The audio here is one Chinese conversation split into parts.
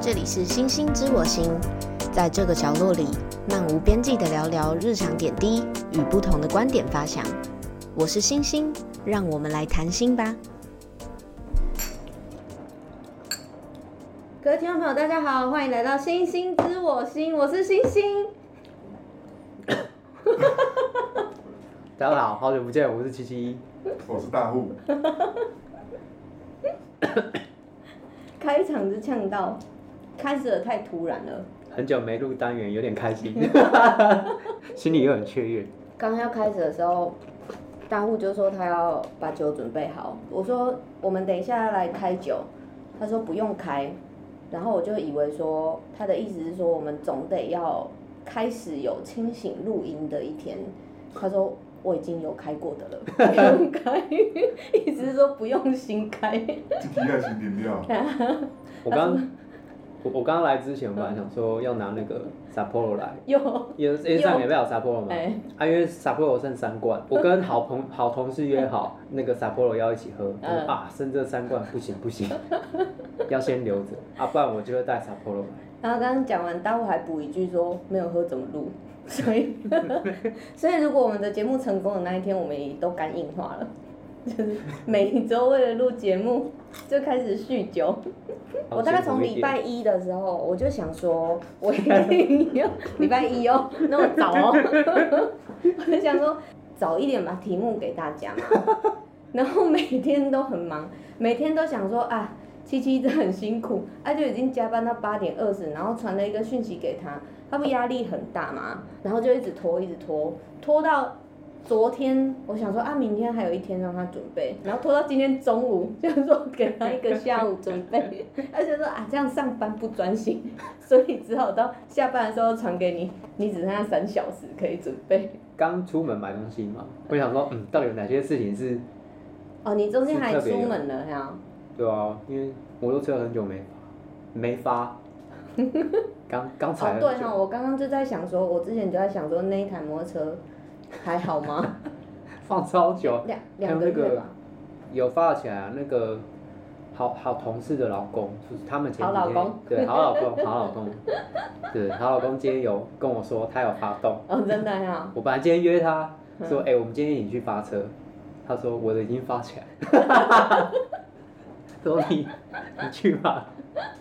这里是星星知我心，在这个角落里，漫无边际的聊聊日常点滴，与不同的观点发想。我是星星，让我们来谈心吧。各位听众朋友，大家好，欢迎来到《星星知我心》，我是星星。大家好，好久不见，我是七七。我哦是大户，开场就呛到，开始的太突然了。很久没录单元，有点 开心，心里又很雀跃。刚要开始的时候，大户就说他要把酒准备好，我说我们等一下来开酒，他说不用开，然后我就以为说他的意思是说我们总得要开始有清醒录音的一天，他说。我已经有开过的了，不用开，意思是说不用新开。这题要先点掉。我啊刚我我刚来之前，我本来想说要拿那个 Sapporo 来，嗯有，因为因为上礼拜有 Sapporo 嘛，哎，啊，因为 Sapporo 剩三罐，我跟好朋好同事约好，那个 Sapporo 要一起喝，我说嗯啊，剩这三罐不行 不行，要先留着，啊，不然我就会带 Sapporo 来。然后刚刚讲完，大户还补一句说没有喝怎么录，所以 所以如果我们的节目成功的那一天，我们也都肝硬化了，就是每周为了录节目就开始酗酒。哦我大概从礼拜一的时候，我就想说，我一定要礼拜一哦，那么早哦，我就想说早一点把题目给大家嘛。然后每天都很忙，每天都想说啊，七七真的很辛苦，啊就已经加班到八点二十，然后传了一个讯息给他，他不压力很大嘛，然后就一直拖，一直拖，拖到昨天，我想说啊，明天还有一天让他准备，然后拖到今天中午，就是说给他一个下午准备，他就说啊，这样上班不专心，所以只好到下班的时候传给你，你只剩下三小时可以准备。刚出门买东西嘛，我想说，嗯，到底有哪些事情是哦，你中间是还特别出有门了呀？对啊，因为摩托车很久没 没发，刚刚哦才，很久对哈、我刚刚就在想说，我之前就在想说那一台摩托车还好吗？放超久，两还两有个那个月吧。有发起来啊那个好好同事的老公，就是他们前几好老天公对好老公好老公，对好老公今天有跟我说他有发动，哦，真的呀、我本来今天约他说，嗯哎、我们今天一起去发车，他说我的已经发起来了， 说你你去吧，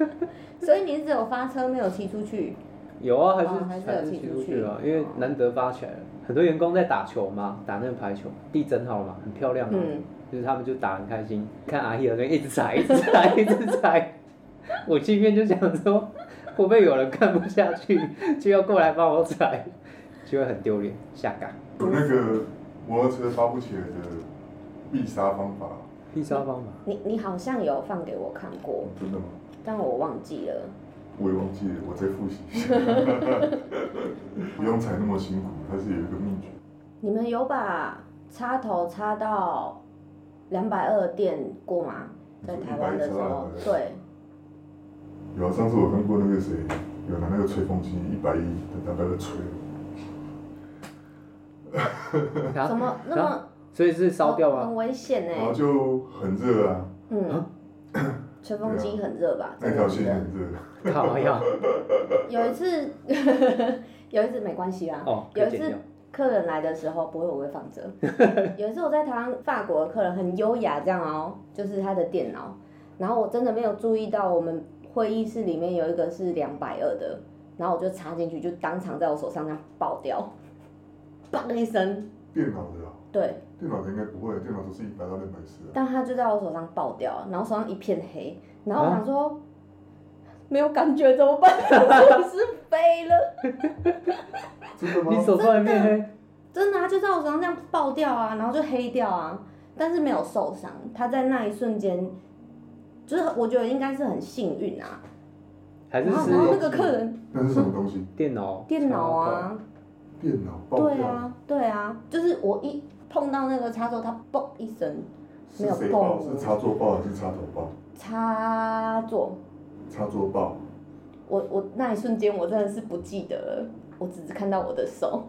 所以你只有发车没有骑出去，有啊，还是、哦还是有是踢踢出出去哦去啊，因为难得发起来了。很多员工在打球嘛，打那个排球，地整好了嘛，很漂亮嘛，啊嗯，就是他们就打很开心。看阿姨在那边一直踩，一直踩， 一直踩。我心里面就想说，会不会有人看不下去，就要过来帮我踩，就会很丢脸，下岗。有那个摩托车发不起来的必杀方法，必杀方法，你你好像有放给我看过，真的吗？但我忘记了。我也忘记了，我再复习一下。不用踩那么辛苦，它是有一个秘诀。你们有把插头插到两百二电过吗？在台湾的时候， 120对，有啊，上次我看过那个谁，有拿那个吹风机一百一的大概在吹，然怎后嗯么那么所以是啊烧掉啊很吗？危险然后呢？就很热啊，嗯，吹风机很热吧？那条线很热，哦靠呀！ 有一次， 有一次没关系啊。哦，可有以一剪次掉。客人来的时候，不会我会放 着。有一次我在台湾法国的客人很优雅这样哦、就是他的电脑，然后我真的没有注意到我们会议室里面有一个是两百二的，然后我就插进去，就当场在我手上这样爆掉， 砰一声，电脑的啊，对，电脑的应该不会，电脑都是一百到两百四啊。但它就在我手上爆掉，然后手上一片黑，然后我想说、没有感觉怎么办？ 是不是飞了？真的吗？你手上面黑，真的、啊，就在我手上这样爆掉啊，然后就黑掉啊，但是没有受伤。他在那一瞬间，就是我觉得应该是很幸运啊。还是然后，是然后那个客人那是什么东西？电脑啊电脑，啊，电脑爆对掉，啊，对啊，就是我一碰到那个插座，它嘣一声，没是有谁爆？爆是插座爆还是插头爆？插座，插座爆，我我那一瞬间我真的是不记得了，我只是看到我的手，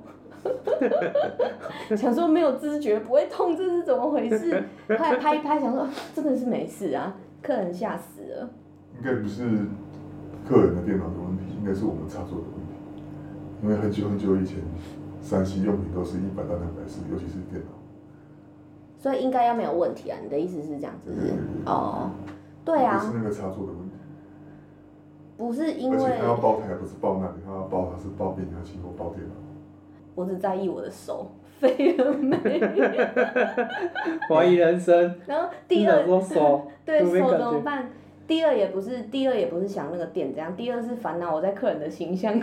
想说没有知觉不会痛，这是怎么回事？后来拍一拍，想说真的是没事啊，客人吓死了。应该不是个人的电脑的问题，应该是我们插座的问题。因为很久很久以前，三 C 用品都是一百到两百四，尤其是电脑。所以应该要没有问题啊。你的意思是这样子是对对不对是？对。哦，对不啊，是那个插座的问题，不是因而且为他要包台，不是包那里，他要包他是包变压器或包电脑。我只在意我的手 飞了没，怀疑人生，然后你第想二说手，对有没有手感怎么觉办？第二也不是，第二也不是想那个店怎样，第二是烦恼我在客人的形象，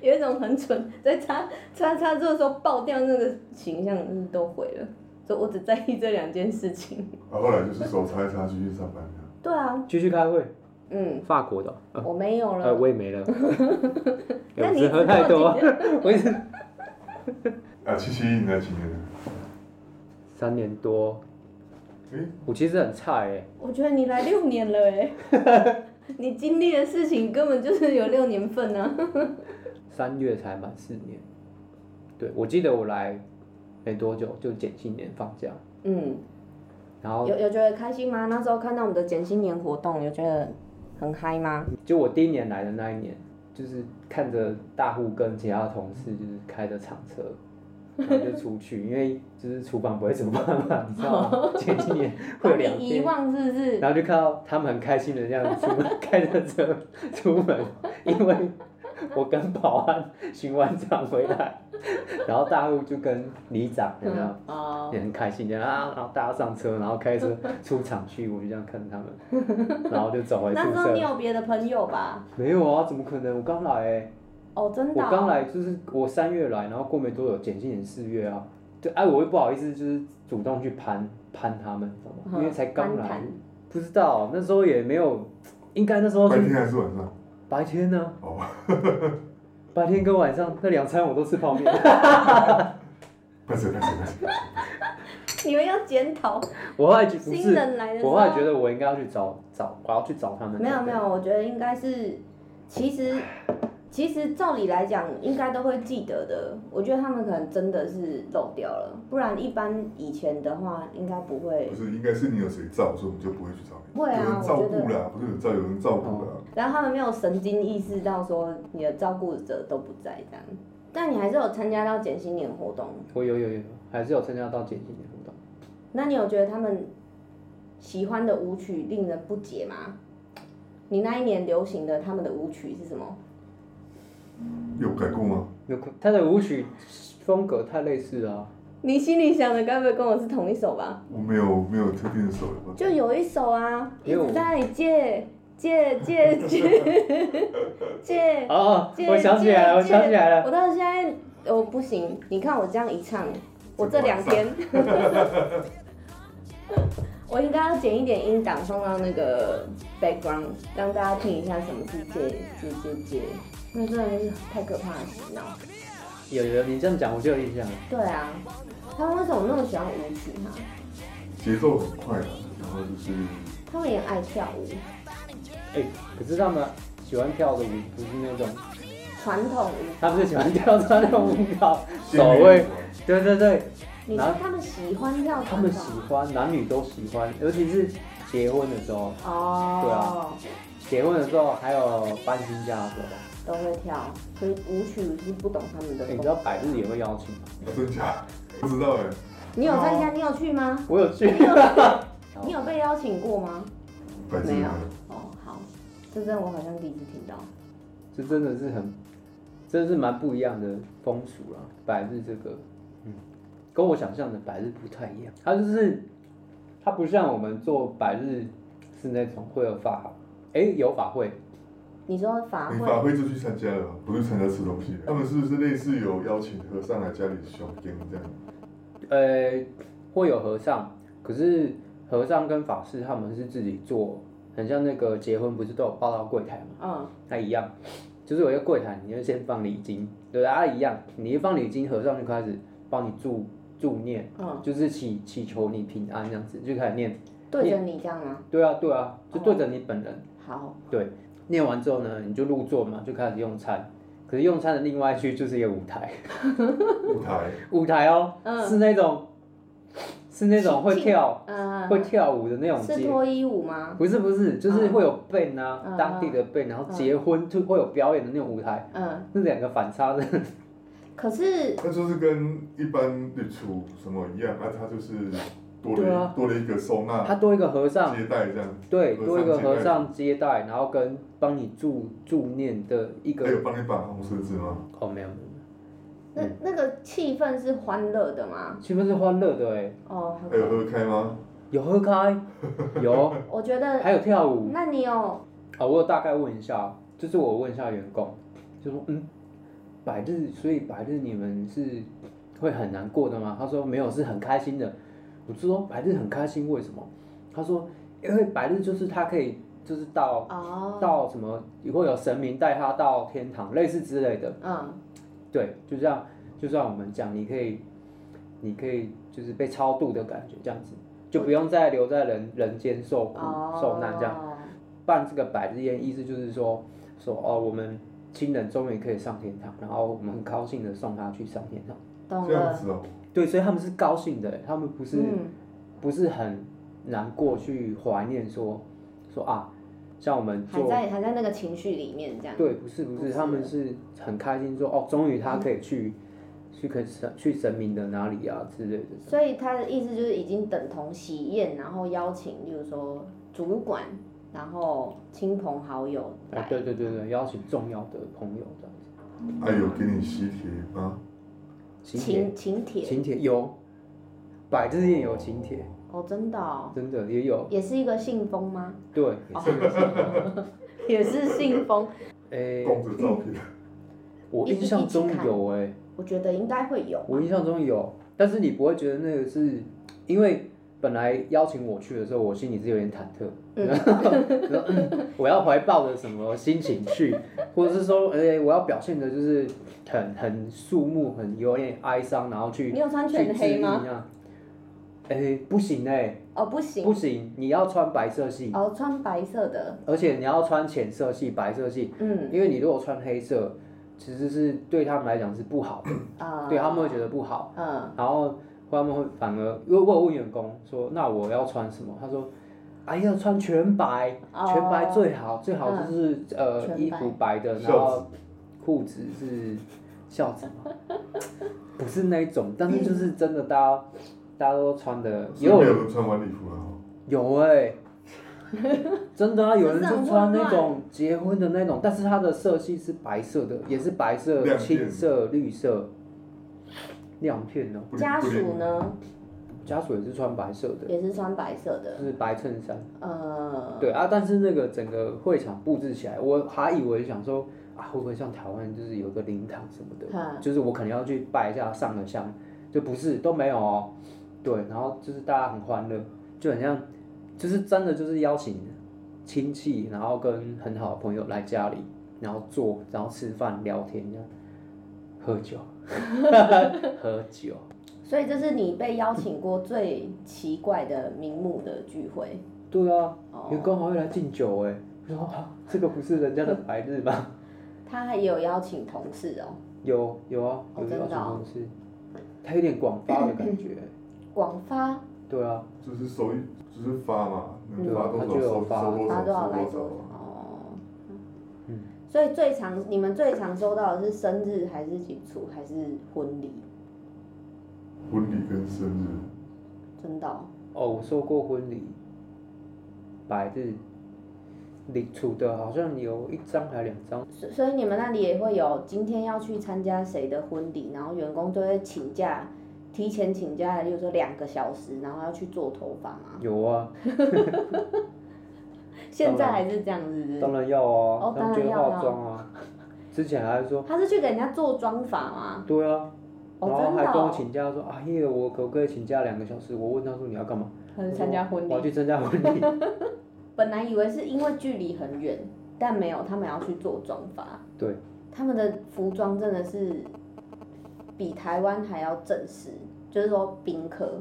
有一种很蠢，在擦擦擦桌的时候爆掉那个形象，嗯，都毁了。所以我只在意这两件事情。啊，后来就是手插一插，继续上班这样。对啊，继续开会，嗯，法国的哦，呃我没有呃，了。我 也没了，那哎我你只喝太多， 我一直啊，七七你来几年了？三年多，诶我其实很菜哎，我觉得你来六年了哎、 你经历的事情根本就是有六年份啊。三月才满四年，对我记得我来没多久就减薪年放假，嗯，然后有有觉得开心吗？那时候看到我们的减薪年活动，有觉得很嗨吗？就我第一年来的那一年，就是看着大户跟其他同事就是开着厂车，然后就出去，因为就是厨房不会怎么办法，你知道 吗？前几年会把有两哦你遗天，忘是不是？然后就看到他们很开心的这样出 开着车出门，因为我跟保安巡完场回来，然后大户就跟里长有没有？哦也很开心，然后啊，然后大家上车，然后开车出厂区，我就这样看着他们，然后就走回宿那时候舍你。有别的朋友吧？没有啊，怎么可能？我刚来、欸，哦，真我的、哦。刚来就是我三月来，然后过没多久，减薪年四月啊，对，哎、我又不好意思，就是主动去攀攀他们，知道吗？嗯因为才刚攀来谈，不知道那时候也没有，应该那时候白是天还是晚上？白天呢、哦，白天跟晚上那两餐我都吃泡面， 拍谁拍谁拍谁？你们要检讨我后来觉不新是，人来的时候。我后来觉得我应该要去找找，我要去找他们。没有没，有，我觉得应该是，其实其实照理来讲应该都会记得的。我觉得他们可能真的是漏掉了，不然一般以前的话应该不会不。是，应该是你有谁照，所以我们就不会去找你。会啊有人照顾啦，不是有人照，有人照顾啦。然后他们没有神经意识到说你的照顾者都不在这样。但你还是有参加到减薪年活动，我有有有，还是有参加到减薪年活动。那你有觉得他们喜欢的舞曲令人不解吗？你那一年流行的他们的舞曲是什么？有改过吗？有可他的舞曲风格太类似了啊、你心里想的该不会跟我是同一首吧？我没有没有特定的手摇，就有一首啊，一因为我直在那里借借借借借，哦，哎借我想起来了，我借想起来了，我到现在我不行，你看我这样一唱，我这两 天，我应该要剪一点音档放到那个 background，让大家听一下什么是借借借借，那真的是太可怕了，洗脑。有有，你这样讲我就有印象了。对啊，他们为什么那么喜欢舞曲哈、节奏很快啊，然后就是他们也爱跳舞，哎、可是他们喜欢跳的舞不是那种，传统舞。他们是喜欢跳穿那种舞 蹈，先手练位舞，啊对对对，你说他们喜欢跳他传们统喜欢，男女都喜欢，尤其是结婚的时候，哦，对啊，结婚的时候还有搬新家的时候，都会跳，所以舞曲我是不懂他们的哎你风知格。道百日也会邀请吗？真假？不知道哎、你有参哦加？你有去 吗？我有去， 你有被邀请过吗？白痴没有啊！哦，好，这真的我好像第一次听到。这真的是很，真的是蛮不一样的风俗啦。百日这个，嗯，跟我想象的百日不太一样。它就是，它不像我们做百日是那种会有法，哎、有法会，你说法你会法会就去参加了，不是参加吃东西的。他们是不是类似有邀请和尚来家里熊烟这样？呃，会有和尚，可是和尚跟法师他们是自己做，很像那个结婚不是都有报到柜台吗？嗯，那一样，就是有一个柜台，你就先放礼金，对啊，一样，你一放礼金，和尚就开始帮你助助念。嗯，就是祈祈求你平安这样子，就开始念。对着你这样吗？对啊，对啊，就对着你本人、好，念完之后呢，你就入座嘛，就开始用餐。可是用餐的另外一区就是一个舞台，舞台舞台哦，嗯是那种是那种会跳嗯，会跳舞的那种是街，脱衣舞吗？不是不是，就是嗯会有 band 啊，嗯当地的 band，然后嗯结婚就会有表演的那种舞台，嗯，那两个反差的，嗯可是那就是跟一般日出什么一样，那、它就是多对了、啊多了一个收纳他多一个和尚，接待这样，对，和尚多一个和接待尚接待，然后跟帮你助助念的一还有个，帮你绑红绳子吗？哦没有没那有，嗯那个气氛是欢乐的吗？气氛是欢乐的哎，哦，还有喝开吗？有喝开，有，我觉得，还有跳舞，那你有好，呃我有大概问一下，就是我问一下员工，就说嗯，百日，所以百日你们是会很难过的吗？他说没有，是很开心的。我就说百日很开心，为什么？他说因为百日就是他可以就是到、哦，到什么，会有神明带他到天堂，类似之类的。嗯，对，就这样，就像我们讲，你可以，你可以就是被超度的感觉，这样子就不用再留在人人间受苦、哦，受难这样。办这个百日宴，意思就是说，说哦，我们亲人终于可以上天堂，然后我们很高兴的送他去上天堂。懂这样了，子哦、对，所以他们是高兴的，他们不是、嗯，不是很难过去怀念说说啊，像我们还做在还在那个情绪里面这样，对，不是不不是，是他们是很开心说哦，终于他可以去、去可神去神明的哪里啊之类的。所以他的意思就是已经等同喜宴，然后邀请，例如说主管，然后亲朋好友来，哎，对对对对，邀请重要的朋友这样子。还有哎给你喜帖啊吗？请帖，请请帖，请帖有，百日宴有请帖，哦，真的哦，真的也有。也是一个信封吗？对，哦是的是的 也是信封， 诶、供着照片，嗯我一印象中一起看有诶、我觉得应该会有吧，我印象中有，但是你不会觉得那个是，因为本来邀请我去的时候，我心里是有点忐忑，嗯然后然后嗯我要怀抱着什么心情 去，或者是说，诶、我要表现的就是很很肃穆，很有点哀伤，然后去你有穿去全致黑意吗？啊。诶、不行诶、哦，不行不，行，你要穿白色系，哦，穿白色的，而且你要穿浅色系、白色系，嗯，因为你如果穿黑色，其实是对他们来讲是不好的，啊，对他们会觉得不好，嗯，然后他们会反而，因为我有问员工说，那我要穿什么？他说，哎呀，穿全白，哦嗯全白最好，最好就是、全呃白衣服白的，然孝后裤子是孝子嘛， 不是那一种，但是就是真的大家大家都穿的，也所以有没人有人穿晚礼服了哦、有哎、真的啊，有人这很就混穿那乱种结婚的那种，但是它的色系是白色的，也是白色、亮青片色、绿色，亮片哦。不家不属灵，呢家属也是穿白色的，也是穿白色的，就是白衬衫。呃，对啊，但是那个整个会场布置起来，我还以为想说啊，会不会像台湾就是有个灵堂什么的，嗯就是我可能要去拜一下上个香，就不是都没有哦。对，然后就是大家很欢乐，就很像，就是真的就是邀请亲戚，然后跟很好的朋友来家里，然后坐，然后吃饭聊天这样，喝 酒，喝酒。所以这是你被邀请过最奇怪的名目的聚会对啊，员哦。工还会来敬酒哎、我说、啊、这个不是人家的白日吗？哦他还有邀请同事哦，有有啊，哦有真邀的请哦公司，他有点广发的感 觉、广发对啊，就是收一，就是发嘛，能嗯发多他就少有收发收多发少多少来收多多少少啊。哦。嗯所以最常你们最常收到的是生日还是请出还是婚礼？婚礼跟生日，真的哦、哦，我收过婚礼，白日，礼处的好像有一张还两张，所所以你们那里也会有今天要去参加谁的婚礼，然后员工都会请假，提前请假，例如说两个小时，然后要去做头发吗？有啊，现在还是这样子是不当是？然要啊，哦他们就当然会要化妆啊，之前还说，他是去给人家做妆发吗？对啊，哦，然后真的、还跟我哦，请假说啊耶，我可不可以请假两个小时？我问他说你要干嘛？他是参加婚我要礼。去参加婚礼， 本来以为是因为距离很远，但没有，他们要去做妆发。对，他们的服装真的是比台湾还要正式，就是说宾客，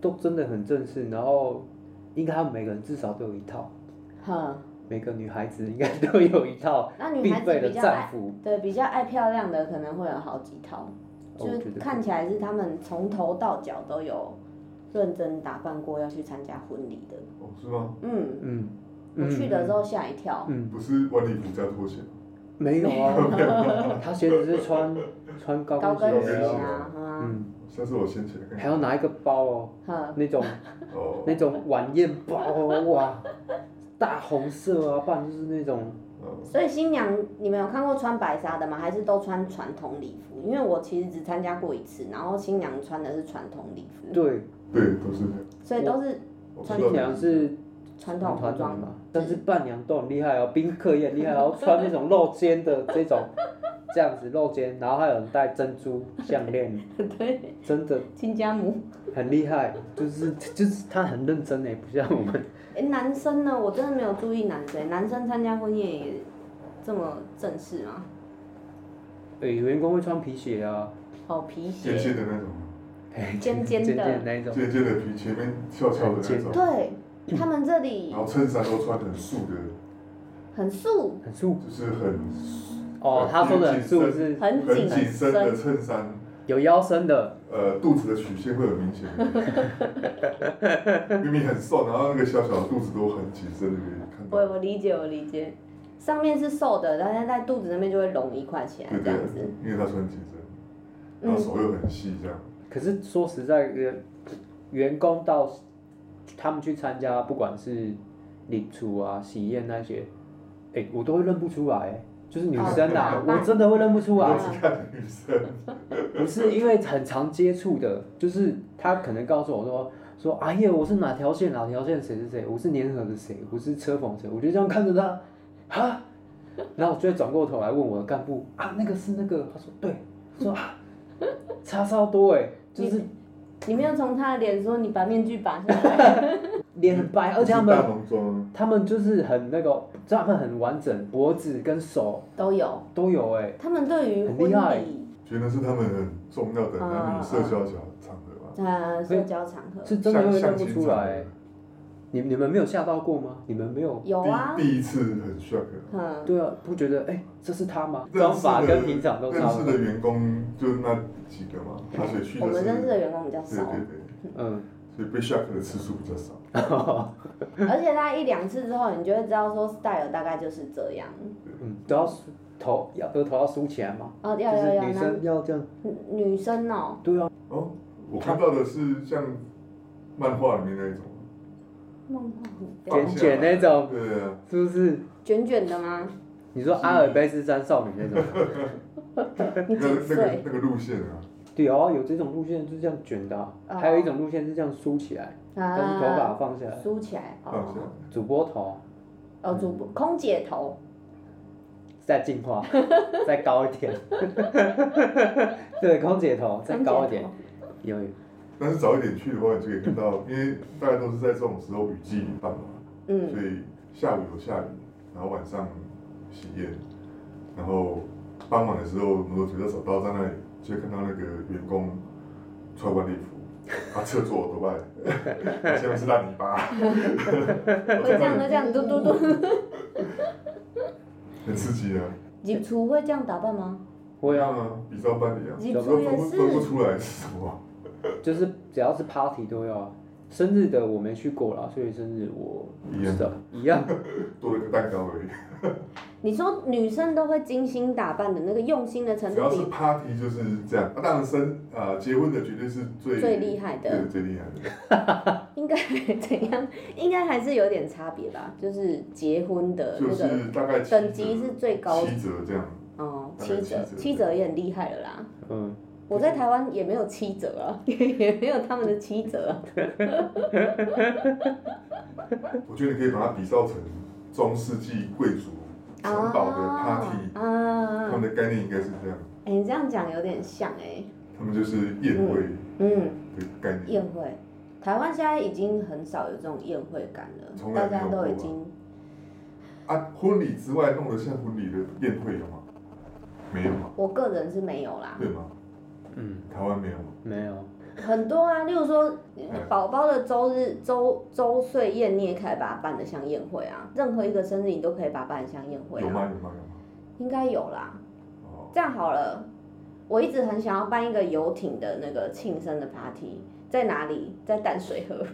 都真的很正式，然后应该他们每个人至少都有一套。哼，每个女孩子应该都有一套那女必孩子备的比较爱战服，对，比较爱漂亮的可能会有好几套，就哦我是觉得看起来是他们从头到脚都有认真打扮过要去参加婚礼的。哦，是吗？嗯，嗯，我去的时候，候吓一跳，嗯，不是晚礼服加拖鞋，没有啊，他鞋子是 穿穿高高跟跟鞋鞋的哦，啊，啊，嗯，下次我先起来看还看。要拿一个包哦，呵，那种哦，那种晚宴包哦，哇，大红色啊，不然就是那种嗯所以新娘你们有看过穿白纱的吗？还是都穿传统礼服？因为我其实只参加过一次，然后新娘穿的是传统礼服，对，对，都是那样。所以都是我穿知道新娘是传统服装嘛，但是伴娘都很厉害哦，宾客也很厉害 哦，穿那种露肩的这种，这样子露肩，然后还有人戴珍珠项链，对，真的亲家母。很厉害，就是就是他很认真哎，不像我 们，哎、男生呢？我真的没有注意男生，男生参加婚宴也这么正式吗？哎，有员工会穿皮鞋啊，哦，皮尖鞋，尖的那种，哎尖尖 尖的尖的那一种，尖尖的皮，前面翘翘的那种，对他们这里然后衬衫都穿很素的，很素，很素就是很哦，他说的很素是很很紧紧身的身，衬衫，有腰身的，呃，肚子的曲线会很明 显的明明很瘦，然后那个小小的肚子都很紧身的，可以看我到。我理解我理解，上面是瘦的，但是在肚子那边就会隆一块起来对这对样子，，嗯因为他穿紧身，然后手又很细，这样。可是说实在，呃员工到他们去参加，不管是礼厨啊、喜宴那些，哎、我都会认不出来、就是女生啊，哦我真的会认不出我来，只看女生， 不是因为很常接触的，就是他可能告诉我说说，哎呀，我是哪条线哪条线谁谁谁，我是联合的谁，我是车缝谁，我就这样看着他，啊，然后我就会转过头来问我的干部啊，那个是那个，他说对，我说啊，差超多哎、就是你没有从他的脸说你把面具拔下 来，脸很白，哦而且他是们大浓妆，他们就是很那个，他们很完整，脖子跟手都有，都有哎、他们对于很婚厉害礼，觉得是他们很重要的哦男女社交场场合吧，呃，社交场合是真的像会认相不亲出场合来、欸你你们没有吓到过吗？你们没有？有啊，第第一次很 shock，嗯，对啊，不觉得哎、这是他吗？认识的妆法跟平常都认差不识多的。员工就那几个嘛，而且去我的们是，认识的员工比较对少，对对，嗯， 所以被 shock 的次数比较少。而且大概一两次之后，你就会知道说 style 大概就是这样。嗯，都要梳头要额头要梳起来嘛，哦，就要要是要，女那生要这样。女生哦，对啊，哦，我看到的是像漫画里面那一种，梦幻很标卷卷那种，对啊，是不是？卷卷的吗？你说阿尔卑斯山少女那种？ 你那几个那个岁？那个路线啊，对啊，有这种路线就是这样卷的啊、哦还有一种路线是这样梳起来，但是头发啊，放下来，梳起来放下哦。主播头。哦，主播空姐头，再进 化，再高一点。 对，空姐头再高一点空，有有但是早一点去的话，你就可以看到，因为大概都是在这种时候雨季办嘛，嗯，所以下午有下雨，然后晚上喜宴，然后傍晚的时候摩托车找到在那里，就会看到那个员工穿晚礼服，把车坐我都 拜，下面是烂泥巴，会这样会这样嘟嘟嘟。很刺激啊！你厨会这样打扮吗？会啊，啊，比照办理啊，你都厨也分不分是，不出来是什么，就是只要是 party 都要啊。生日的我没去过啦，所以生日我不知道一样。 多了个蛋糕而已。你说女生都会精心打扮的那个用心的程只要度是比 party 就是这样，啊、当然生啊、结婚的绝对是最最厉害的对最厉害的。应该怎样？ 应该还是有点差别吧，就是结婚的就那个是大概七折等级是最高的七折这样，哦，大七概折七，折七折也很厉害了啦。嗯，我在台湾也没有七折啊， 也没有他们的七折啊。我觉得你可以把它比照成中世纪贵族 城堡的 party，、啊他啊！们的概念应该是这样，哎、你这样讲有点像哎、他们就是宴会嗯，的概念。宴会，台湾现在已经很少有这种宴会感了，从来大没家有都已过吧经啊，婚礼之外弄得像婚礼的宴会有吗？没有吗？我个人是没有啦，对吗？嗯，台湾没有吗？没有。很多啊，例如说嗯宝宝的周日周周岁宴，你也可以把它办得像宴会啊，任何一个生日你都可以把它办得像宴会有啊，吗？有吗？有吗？应该有啦。哦，这样好了，我一直很想要办一个游艇的那个庆生的 party，在哪里？在淡水 河。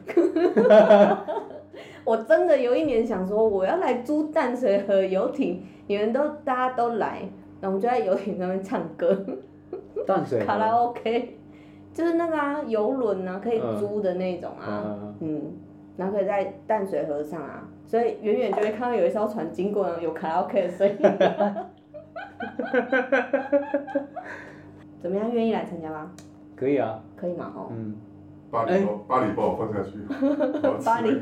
我真的有一年想说，我要来租淡水河游艇，你们都大家都来，然后我们就在游艇上面唱歌，淡水卡河拉哦 OK，就是那个啊游轮啊，可以嗯租的那种啊。嗯，嗯，然后可以在淡水河上啊，所以远远就会看到有一艘船经过，有卡拉 OK 的声音。怎么样？愿意来参加吗？可以啊，可以吗？哦，嗯，巴黎包，巴黎把我放下 去，我要吃巴黎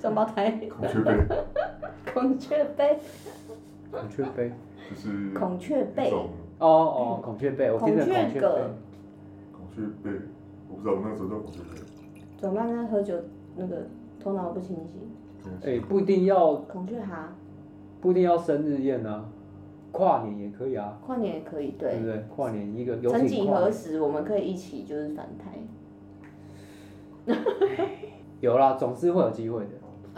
双胞胎孔孔雀杯，雀杯，孔雀杯，就是孔雀一杯，种哦哦，孔雀杯，我听着孔雀孔雀杯葛，孔雀杯，我不知道我那时候叫孔雀杯，怎么办呢？喝酒那个头脑不清晰。哎、不一定要孔雀哈，不一定要生日宴啊，跨年也可以啊，跨年也可以对对不。对？跨年一个游曾艇几跨何年时，我们可以一起就是反台有啦，总是会有机会的，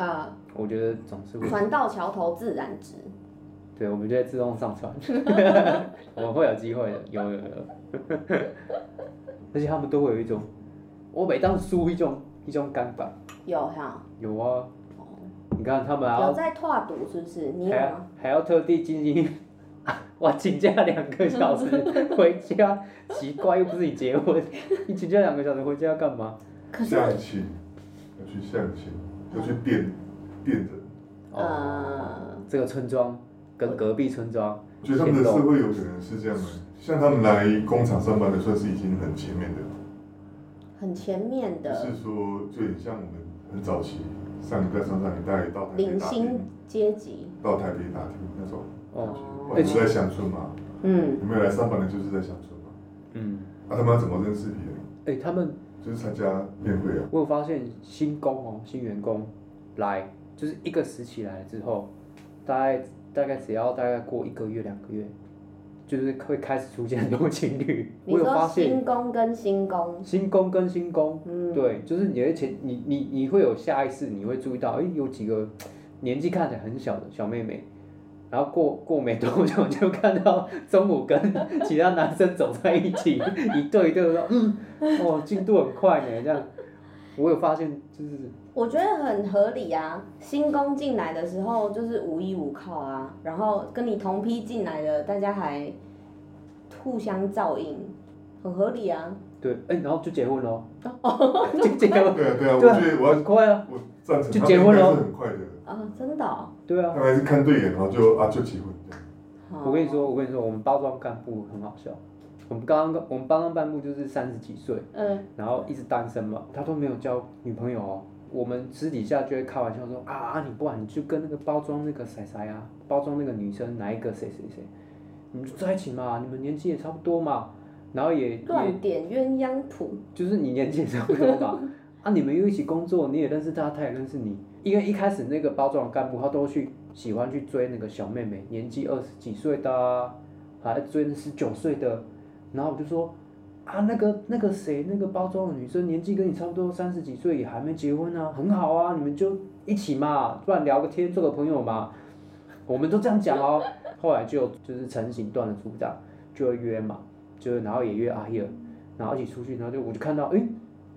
啊，我觉得总是会，船到桥头自然直。对，我们就会自动 上传，我们会有机会的，有有有，而且他们都会有一种，我每当输一种一种干板，有哈，有啊，哦你看他们还有要在拓赌是不是？你有还吗？要还要特地进行。 我请假两个小时回家，奇怪，又不是你结婚，你请假两个小时回家要干嘛？可是，相亲，要去相亲，要去辨辨人，哦呃，这个村庄跟隔壁村庄，我觉得他们的社会有可能是这样的，啊像他们来工厂上班的，算是已经很前面的，很前面就的是说就很像我们很早期上一代、上上一代到台北领打薪拼，阶级，到台北打拼那种，哦，不然就是在乡村嘛，嗯，有没有来上班的就是在乡村嘛，啊嗯，那他们要怎么认识别人？哎、他们就是参加宴会啊，我有发现新工哦，新员工来就是一个时期来了之后，大概大概只要大概过一个月两个月，就是会开始出现很多情侣。你我有说发现新工跟新工，新工跟新工，嗯，对，就是你的前你你你会有下意识你会注意到，哎、有几个年纪看起来很小的小妹妹。然后过过没多久， 就看到中午跟其他男生走在一起，一对一对的说，嗯，哦，进度很快呢，这样。我有发现，就是我觉得很合理啊。新工进来的时候就是无依无靠啊，然后跟你同批进来的，大家还互相照应，很合理啊。对，哎、然后就结婚喽， 就结婚，对啊对啊，我对啊觉得我要很快啊，我赞成，就他们结婚应该咯是很快的，啊，真的哦、对他啊。们还是看对眼，然后就啊就结婚这样。好我跟你说，，我跟你说，我们包装干部很好笑。我们刚刚我们包装干部就是三十几岁，嗯，然后一直单身嘛，他都没有交女朋友哦。我们私底下就会开玩笑说啊啊，你不然你就跟那个包装那个谁谁啊，包装那个女生哪一个谁谁谁，你们就在一起嘛，你们年纪也差不多嘛，然后也也乱点鸳鸯谱，就是你年纪也差不多吧，啊，你们又一起工作，你也认识他，他也认识你。因为一开始那个包装的干部，他都去喜欢去追那个小妹妹，年纪二十几岁的、啊，还追十九岁的。然后我就说，啊，那个那个谁，那个包装的女生年纪跟你差不多，三十几岁，也还没结婚啊，很好啊，你们就一起嘛，不然聊个天，做个朋友嘛。我们都这样讲哦。后来就就是成型段的组长就会约嘛，就是然后也约阿叶尔，然后一起出去，然后就我就看到，诶，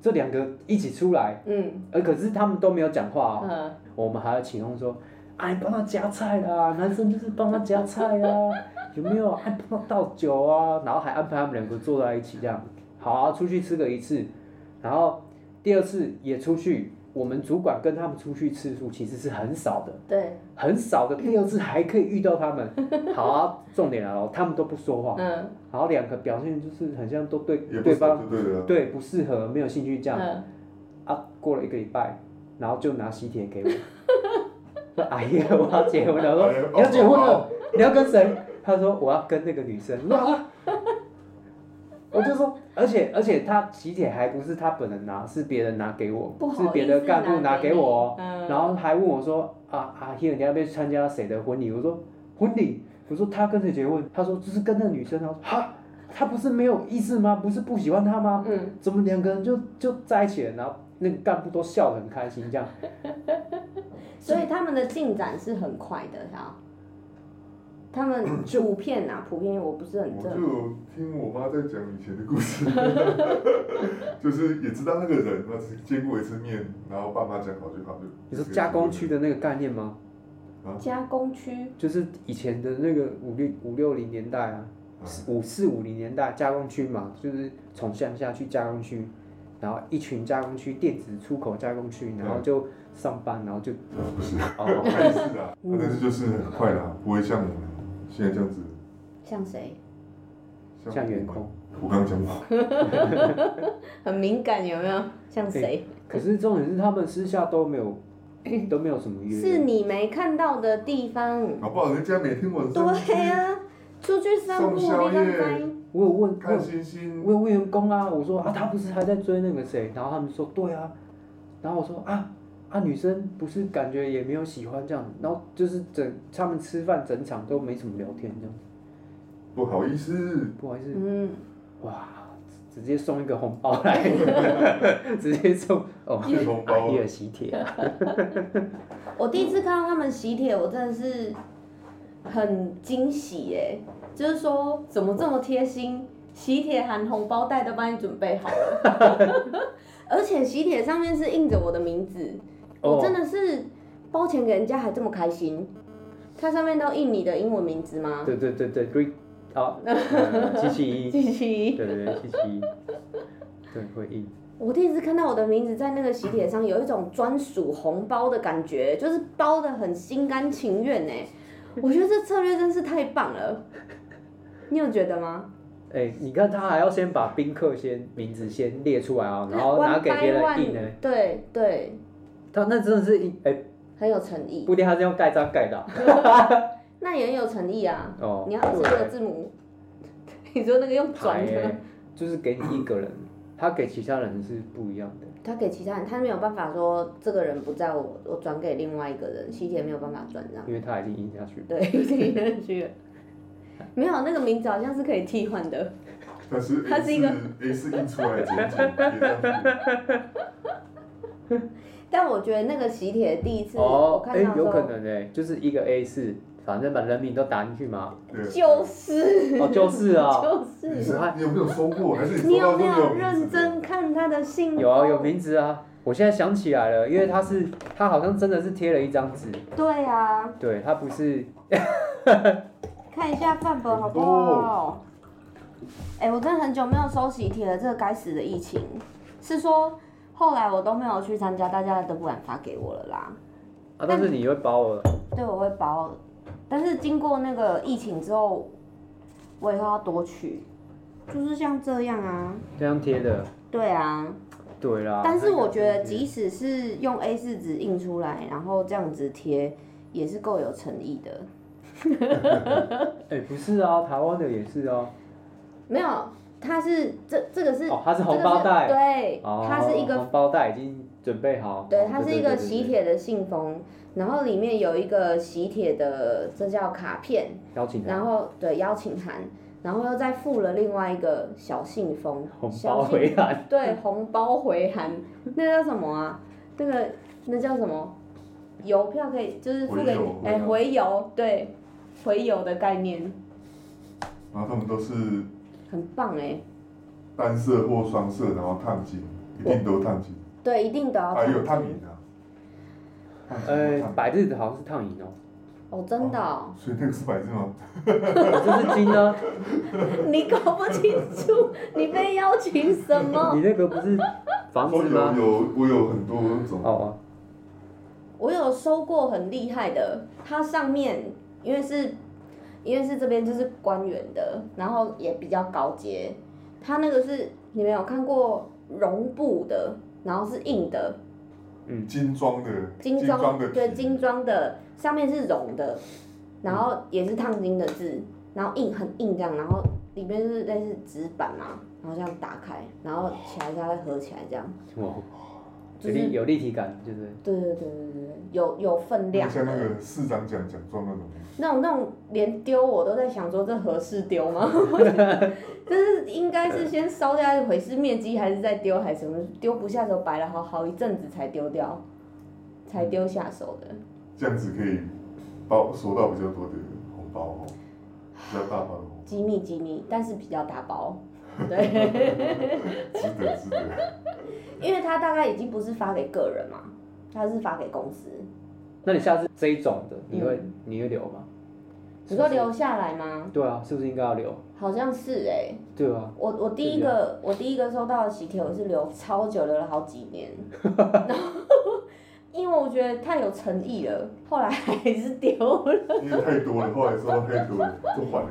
这两个一起出来，嗯呃，可是他们都没有讲话、哦，嗯，我们还要起哄说，哎，帮他夹菜啦，男生就是帮他夹菜啊， 有没有？哎，帮他倒酒啊，然后还安排他们两个坐在一起这样，好、啊，出去吃个一次，然后第二次也出去，我们主管跟他们出去次数其实是很少的。对，很少的第二次还可以遇到 他们，好啊，重点来了，他们都不说话，嗯。然后两个表现就是很像都对也不对是方就对了啊，对不适合，没有兴趣这样、嗯，啊。过了一个礼拜，然后就拿喜帖给我，说阿姨我要结婚了，我哎说你要结婚哦了，你要跟谁？他说我要跟那个女生，我说啊我就说，而且而且他喜帖还不是他本人拿，是别人拿给我不，好是别的干部拿给我哦。你，嗯然后还问我说啊啊，希尔你要不要去参加谁的婚礼？我说婚礼，我说他跟谁结婚？他说就是跟那个女生。他说哈，他不是没有意思吗？不是不喜欢他吗？嗯，怎么两个人就就在一起了？然后那个干部都笑得很开心，这样所以他们的进展是很快的哈，他 们普遍啊，普遍我不是很我正就，有听我妈在讲以前的故事， 就是也知道那个人，那只见过一次面，然后爸妈讲好就好就。你说加工区的那个概念吗？加工区就是以前的那个五六五六零年代啊，嗯五四五零年代加工区嘛，就是从乡下去加工区，然后一群加工区电子出口加工区，然后就上班，然后就不是，哦， 还是啊，嗯但是就是很快啦，不会像我们现在这样子，像谁？像员工。我刚刚讲过，很敏感有没有？哎像谁？可是重点是他们私下都没有都没有什么约，是你没看到的地方。搞不好人家每天晚上对啊，出去散步，送宵你夜敢知？我有问，我看有星星，我有问员工啊，我说啊，他不是还在追那个谁？然后他们说对啊，然后我说啊啊，女生不是感觉也没有喜欢这样，然后就是整他们吃饭整场都没什么聊天这样，不好意思，不好意思，嗯，哇，直直接送一个红包来， 直接送哦，一个红包阿姨的喜帖啊，我第一次看到他们喜帖，我真的是很惊喜耶！就是说，怎么这么贴心？喜帖含红包袋都帮你准备好了， 而且喜帖上面是印着我的名字，我真哦，的是包钱给人家还这么开心。它上面都印你的英文名字吗？ 对对对对对，好，嗯七七一，七七对对对七七一，对会硬，我第一次看到我的名字在那个喜帖上，有一种专属红包的感觉，就是包的很心甘情愿哎。我觉得这策略真是太棒了，你有觉得吗？哎、你看他还要先把宾客先名字先列出来啊，然 后 One 拿给别 by 人 one，印呢、对对，他那真的是一哎、很有诚意，不一定他是用盖章盖 的啊、那也很有诚意啊。哦，你要二十对六个字母， 你说那个用牌转的，欸就是给你一个人，他给其他人是不一样的。他给其他人，他没有办法说这个人不在我，我转给另外一个人，喜帖没有办法转让。因为他已经印下去了。对，有点有趣了。没有那个名字好像是可以替换的。但是它 A 是四一个 A 四印出来剪剪，别这样子但我觉得那个喜帖第一次我哦，看哎、到的时有候，可能哎、就是一个 A 四，反正把人名都打进去嘛。对。就是哦，就是 啊，就是，你是你有没有收过？还是你收有到没都有名字认真看他的信封？有啊，有名字啊。我现在想起来了，因为他是他好像真的是贴了一张纸，对啊，对他不是看一下范本好不哦好？哎、我真的很久没有收喜帖了，这个该死的疫情，是说后来我都没有去参加，大家都不敢发给我了啦。啊，但是你会包了，对，我会包，但是经过那个疫情之后，我以后要多去，就是像这样啊，这样贴的，对啊。对啦。但是我觉得，几即使是用 A 4纸印出来，然后这样子贴，也是够有诚意的。哎、不是啊，台湾的也是啊，没有，它是这这个是、哦，它是这红包袋，个是对，哦，它是一个，红包袋已经准备好，对哦，它是一个对对喜帖的信封，然后里面有一个喜帖的，这叫卡片，邀请函然后对邀请函，然后又再附了另外一个小信封，红包小信回函，对，红包回函，那叫什么啊？那个那叫什么？邮票可以就是付给回邮哎、回邮，对，回邮的概念然后他们都是很棒哎、单色或双色，然后烫金，一定都烫金，对，一定的哦要还有烫烫金银啊。呃，烫百日的好像是烫银哦，哦，真的哦、金所以那个是百字吗？哦这是金呢，哦你搞不清楚， 你被邀请什么你？那个不是房我子有吗？有我有很多种，哦，我有收过很厉害的，它上面因为是，因为是这边就是官员的，然后也比较高阶，它那个是你们有看过绒布的，然后是硬的，金装的，金装的，对，金装的，上面是绒的，然后也是烫金的字，然后硬很硬这样，然后里面是类似纸板嘛，然后这样打开，然后起来再合起来这样，哦，就有是哎立有立体感，就是对对对对对对，有有分量像那的，个市长奖奖状那种，那种那种连丢我都在想说这合适丢吗？ 就是应该是先烧掉毁尸灭迹，还是再丢，还是什么丢不下手摆了好好一阵子才丢掉，才丢下手的。这样子可以包收到比较多的红包哦。比较大包的哦火机密机密，但是比较大包。对，锅，值得值得。因为它大概已经不是发给个人嘛，它是发给公司。那你下次这一种的，你会、嗯你会留吗？你说是不是留下来吗？对啊，是不是应该要留？好像是哎、对啊，我我第一个我第一个收到的喜帖，我是留超久，留了好几 年，然 后因为我觉得太有诚意了，后来还是丢了，因为太多了，后来收到太多了，就还了。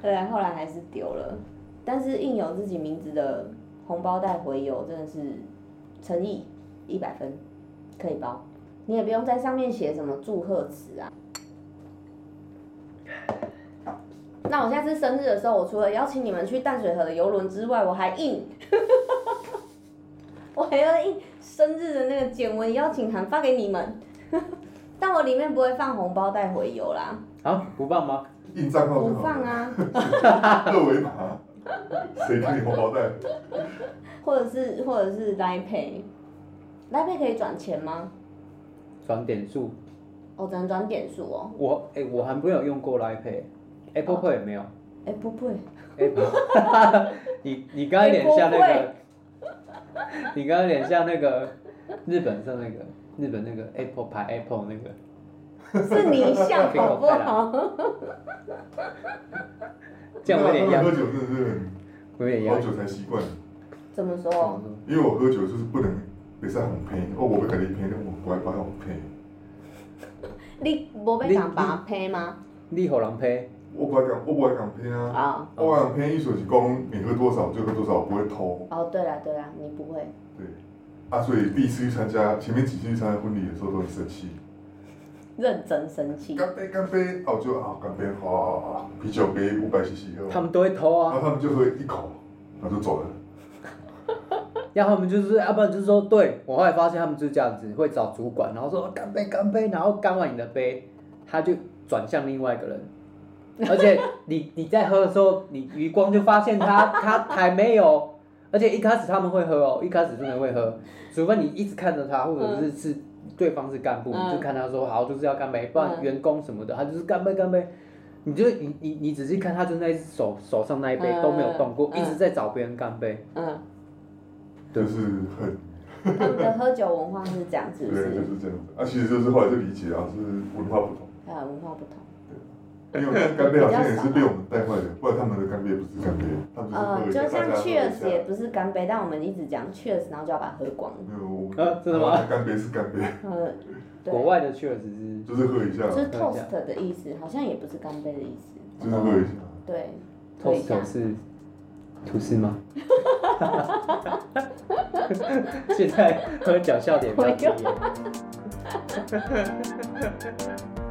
对，啊后来还是丢了，但是印有自己名字的红包袋回邮真的是诚意一百分，可以包，你也不用在上面写什么祝贺词啊。那我下次生日的时候，我除了邀请你们去淡水河的游轮之外，我还印， 我还要印生日的那个简文邀请函发给你们， 但我里面不会放红包袋回邮啦，啊，不办吗？印账号就不好放了，啊，二维码，谁给你红包袋？或者是或者是 Line Pay，Line Pay 可以转钱吗？转点数，哦，只能转点数哦。我哎、我还没有用过 Line Pay，Apple Pay 也没有。哎、不会， Apple，你你刚才脸像那个，你刚才脸像那个日本上那个日本那个 Apple 牌 Apple 那 个，是你像 好不好？这样我有 点样喝，酒真的是我有点好样。久才习惯，怎么说？嗯因为我喝酒就是不能被上红配，哦，我被改了一片，我不爱把红配，你无要讲八配吗？你好人配，我不爱讲，我不爱讲片啊。啊、我讲片艺术是讲你喝多少就喝多少，我不会偷。哦，对了对了，你不会。对，啊，所以第一次去参加，前面几次去参加婚礼的时候都很生气，认真生气。干杯干杯，哦我就啊干杯，好好好好，啤酒杯五百 CC 喝完，他们都会偷然后啊，他们就喝一口，然后就走了。要他们就是，啊要不然就是说，对我后来发现他们就是这样子，会找主管，然后说干杯干杯，然后干完你的杯，他就转向另外一个人。而且你你在喝的时候，你余光就发现他他还没有，而且一开始他们会喝哦，一开始真的会嗯喝，除非你一直看着他，或者是是对方是干部，嗯你就看他说好就是要干杯，不然嗯员工什么的，他就是干杯干杯。你就你你你仔细看，他就那一只手手上那一杯嗯都没有动过，嗯一直在找别人干杯。嗯，对就是很他们的喝酒文化是这样，是对，不？就是是这样子。啊，其实就是后来就理解啊，是文化不同。还有文化不同。因为我们干杯好像也是被我们带坏的，不然他们的干杯不是干杯，他们呃，就就是喝一像下大家喝一 Cheers 也下。不是干杯，但我们一直讲 Cheers，然后就要把它喝光。没有，我们啊真的吗台湾干杯是干杯，呃，对嗯国，外的 cheers 是就是喝一 下，就是这样 toast 的意思，好像也不是干杯的意思。就是喝一下。对，喝一下 toast 是吐 司吗？现在喝酒笑点比较低耶。